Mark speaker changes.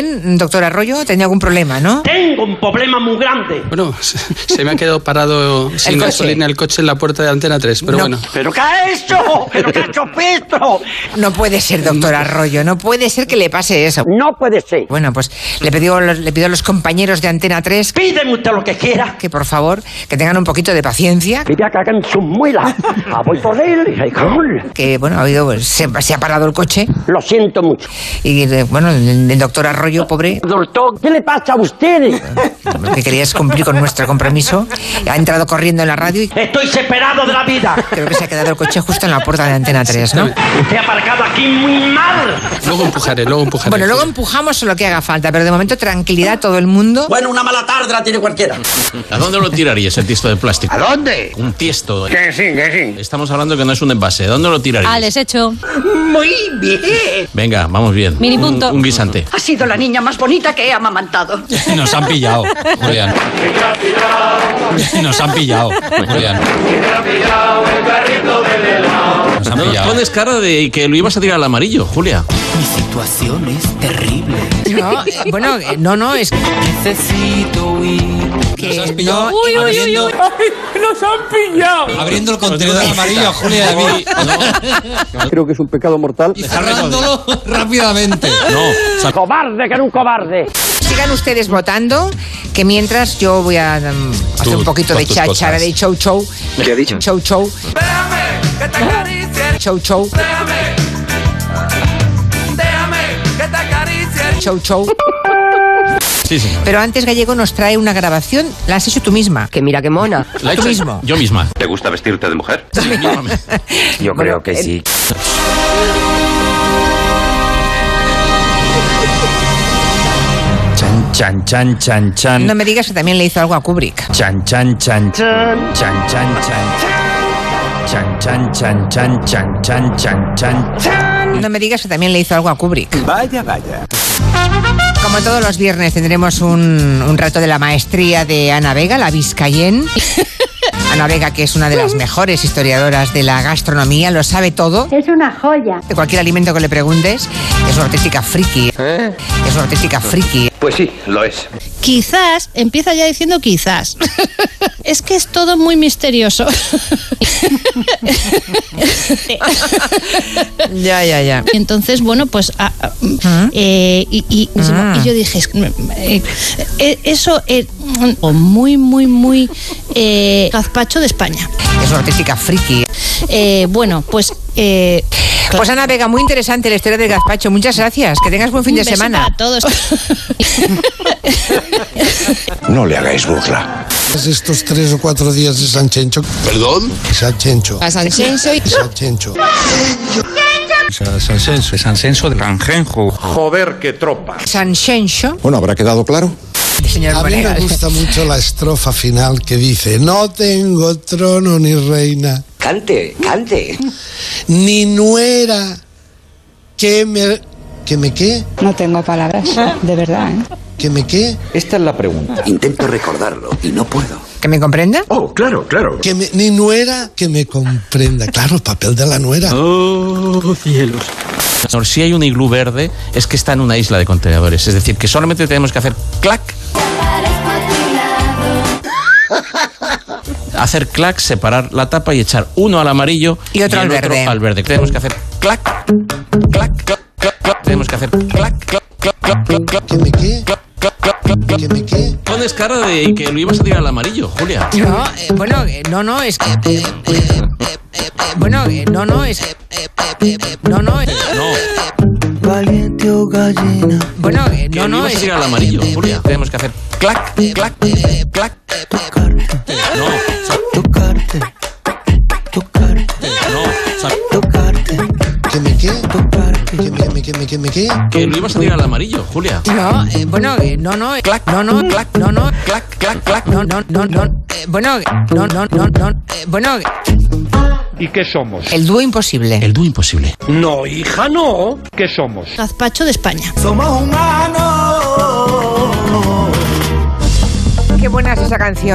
Speaker 1: Bien, doctor Arroyo, tenía algún problema, ¿no?
Speaker 2: Tengo un problema muy grande.
Speaker 3: Bueno, se se me ha quedado parado sin
Speaker 1: coche.
Speaker 3: gasolina el coche en la puerta de Antena 3, pero
Speaker 1: No.
Speaker 3: bueno.
Speaker 2: ¿Pero qué ha hecho? ¿Pero qué ha hecho Pedro?
Speaker 1: No puede ser, doctor Arroyo, no puede ser que le pase eso.
Speaker 2: No puede ser.
Speaker 1: Bueno, pues le pido, le pido a los compañeros de Antena 3
Speaker 2: Pídeme usted lo que quiera.
Speaker 1: que por favor, que tengan un poquito de paciencia,
Speaker 2: Que ya cagan sus muelas. Ah, voy por él. Ay, cabrón.
Speaker 1: que bueno, ha habido, pues, se, se ha parado el coche
Speaker 2: Lo siento mucho.
Speaker 1: y eh, bueno, el, el doctor Arroyo, pobre,
Speaker 2: Doctor, ¿qué le pasa a ustedes?
Speaker 1: que quería es cumplir con nuestro compromiso, ha entrado corriendo en la radio y
Speaker 2: Estoy separado de la vida.
Speaker 1: creo que se ha quedado el coche justo en la puerta de Antena 3, ¿no?
Speaker 2: Usted ha aparcado aquí muy mal.
Speaker 3: Luego empujaré, luego empujaré.
Speaker 1: Bueno, luego empujamos lo que haga falta, pero de momento tranquilidad a todo el mundo.
Speaker 2: Bueno, una mala tarde la tiene cualquiera.
Speaker 4: ¿A dónde lo tirarías el tiesto de plástico?
Speaker 5: ¿A dónde?
Speaker 4: Un tiesto.
Speaker 5: Que sí, que sí.
Speaker 4: Estamos hablando que no es un envase. ¿A dónde lo tirarías?
Speaker 6: Ah, les hecho.
Speaker 7: Muy bien.
Speaker 4: Venga, vamos bien.
Speaker 6: Mini
Speaker 4: Un-
Speaker 6: punto.
Speaker 4: Un, guisante.
Speaker 7: Ha sido la niña más bonita que he amamantado.
Speaker 4: Nos han pillado, Julián. Nos han pillado, Julián. Nos han pillado. pones cara de que lo ibas a tirar al amarillo, Julia.
Speaker 8: Mi situación es terrible.
Speaker 1: No, eh, bueno, eh, no, no, es
Speaker 8: Necesito huir.
Speaker 1: que
Speaker 9: pillado abriendo, abriendo el contenedor amarillo a Julia de mí.
Speaker 2: Creo que es un pecado mortal.
Speaker 9: Y cerrándolo rápidamente.
Speaker 4: No, o sea,
Speaker 2: Cobarde, que era un cobarde.
Speaker 1: sigan ustedes votando, que mientras yo voy a mm, hacer
Speaker 4: Tú,
Speaker 1: un poquito
Speaker 4: con
Speaker 1: de
Speaker 4: tus
Speaker 1: cháchara,
Speaker 4: cosas.
Speaker 1: de chow chow. ¿Qué ha dicho? Chow chow. Chow chow. Chow chow.
Speaker 4: sí, señor.
Speaker 1: Pero antes Gallego nos trae una grabación, la has hecho tú misma.
Speaker 7: Que mira qué mona.
Speaker 4: La he
Speaker 1: Ah, tú
Speaker 4: hecho
Speaker 1: mismo.
Speaker 4: Yo misma.
Speaker 5: ¿Te gusta vestirte de mujer?
Speaker 4: Sí, mírame.
Speaker 8: Yo
Speaker 1: Bueno, creo que eh,
Speaker 8: sí. Chan, chan, chan, chan, chan.
Speaker 1: No me digas que también le hizo algo a Kubrick.
Speaker 8: Chan, chan, chan. Chan, chan, chan. Chan, chan, chan, chan, chan, chan, chan, chan.
Speaker 1: No me digas que también le hizo algo a Kubrick.
Speaker 8: Vaya, vaya.
Speaker 1: Como todos los viernes tendremos un, un rato de la maestría de Ana Vega, la Vizcayen. Ana Vega, que es una de las mejores historiadoras de la gastronomía, lo sabe todo.
Speaker 10: Es una joya.
Speaker 1: De cualquier alimento que le preguntes, es una auténtica friki. Es una auténtica friki.
Speaker 5: Pues sí, lo es.
Speaker 6: Quizás, empieza ya diciendo quizás. es que es todo muy misterioso.
Speaker 1: Ya, ya, ya.
Speaker 6: Y entonces, bueno, pues. ah, ah, eh, y, y-
Speaker 1: Ah.
Speaker 6: y yo dije, es- eh, eh, eso es muy, muy, muy eh, gazpacho de España.
Speaker 1: Es una auténtica friki.
Speaker 6: Eh, bueno, pues. eh,
Speaker 1: Pues Ana Vega, muy interesante la historia del gazpacho. Muchas gracias. Que tengas buen fin
Speaker 6: un
Speaker 1: de
Speaker 6: beso
Speaker 1: semana.
Speaker 6: para todos.
Speaker 5: No le hagáis burla.
Speaker 9: Estos tres o cuatro días de Sanchencho.
Speaker 5: ¿Perdón?
Speaker 9: Sanchencho.
Speaker 6: A Sanxenxo y-
Speaker 9: Sanchencho.
Speaker 8: Ah, Sansenso, Sansenso de Sanjenjo.
Speaker 5: Joder, qué tropa.
Speaker 1: San Xenxo,
Speaker 9: Bueno, ¿habrá quedado claro?
Speaker 1: señor
Speaker 9: A mí me
Speaker 1: Bonegas.
Speaker 9: gusta mucho la estrofa final que dice, no tengo trono ni reina,
Speaker 7: Cante, cante.
Speaker 9: ni nuera, que me... ¿Que me qué?
Speaker 10: No tengo palabras, de verdad. ¿eh?
Speaker 9: ¿Que me qué?
Speaker 8: Esta es la pregunta.
Speaker 7: Intento recordarlo y no puedo.
Speaker 1: ¿Que me comprenda?
Speaker 5: Oh, claro, claro.
Speaker 9: Que me, ni nuera que me comprenda. Claro, papel de la nuera.
Speaker 1: Oh,
Speaker 4: Señor, Si hay un iglú verde, es que está en una isla de contenedores. Es decir, que solamente tenemos que hacer clac. Hacer clac, separar la tapa y echar uno al amarillo
Speaker 1: Y otro
Speaker 4: el
Speaker 1: al verde.
Speaker 4: al verde. Tenemos que hacer clac, clac, clac, clac, clac. Tenemos que hacer clac, clac, clac, clac, clac, clac,
Speaker 9: ¿Que me qué?
Speaker 4: clac, clac, clac, clac.
Speaker 9: ¿Que me qué?
Speaker 4: Pones cara de que lo ibas a tirar al amarillo, Julia.
Speaker 1: No, eh, bueno, eh, no, no, es que. eh, eh, eh, eh, eh, bueno, eh, no, no, es que. eh, eh, eh, eh, no, no, es- eh,
Speaker 4: No,
Speaker 8: Valiente o gallina.
Speaker 1: bueno, eh,
Speaker 4: que
Speaker 1: no,
Speaker 4: lo
Speaker 1: no,
Speaker 4: ibas
Speaker 1: es eh,
Speaker 4: a tirar al amarillo, Julia. Tenemos que hacer clac, clac, clac. No, o sea,
Speaker 8: Tocarte. Tocarte.
Speaker 4: no, o sea,
Speaker 8: Tocarte.
Speaker 9: ¿Que me qué?
Speaker 8: Tocarte.
Speaker 9: ¿Que me, que me, que me qué?
Speaker 4: que lo ibas a tirar al amarillo, Julia.
Speaker 1: No, eh, bueno, eh, no, no, eh, clac, no, no, clac, no, no, clac, clac, clac, no, no, no, no, eh, bueno, eh, no, no, no, no, eh, bueno. ¿Y qué somos? El dúo imposible.
Speaker 4: El dúo imposible.
Speaker 2: No, hija, no.
Speaker 6: Gazpacho de España.
Speaker 8: Somos humanos.
Speaker 1: Qué buena es esa canción.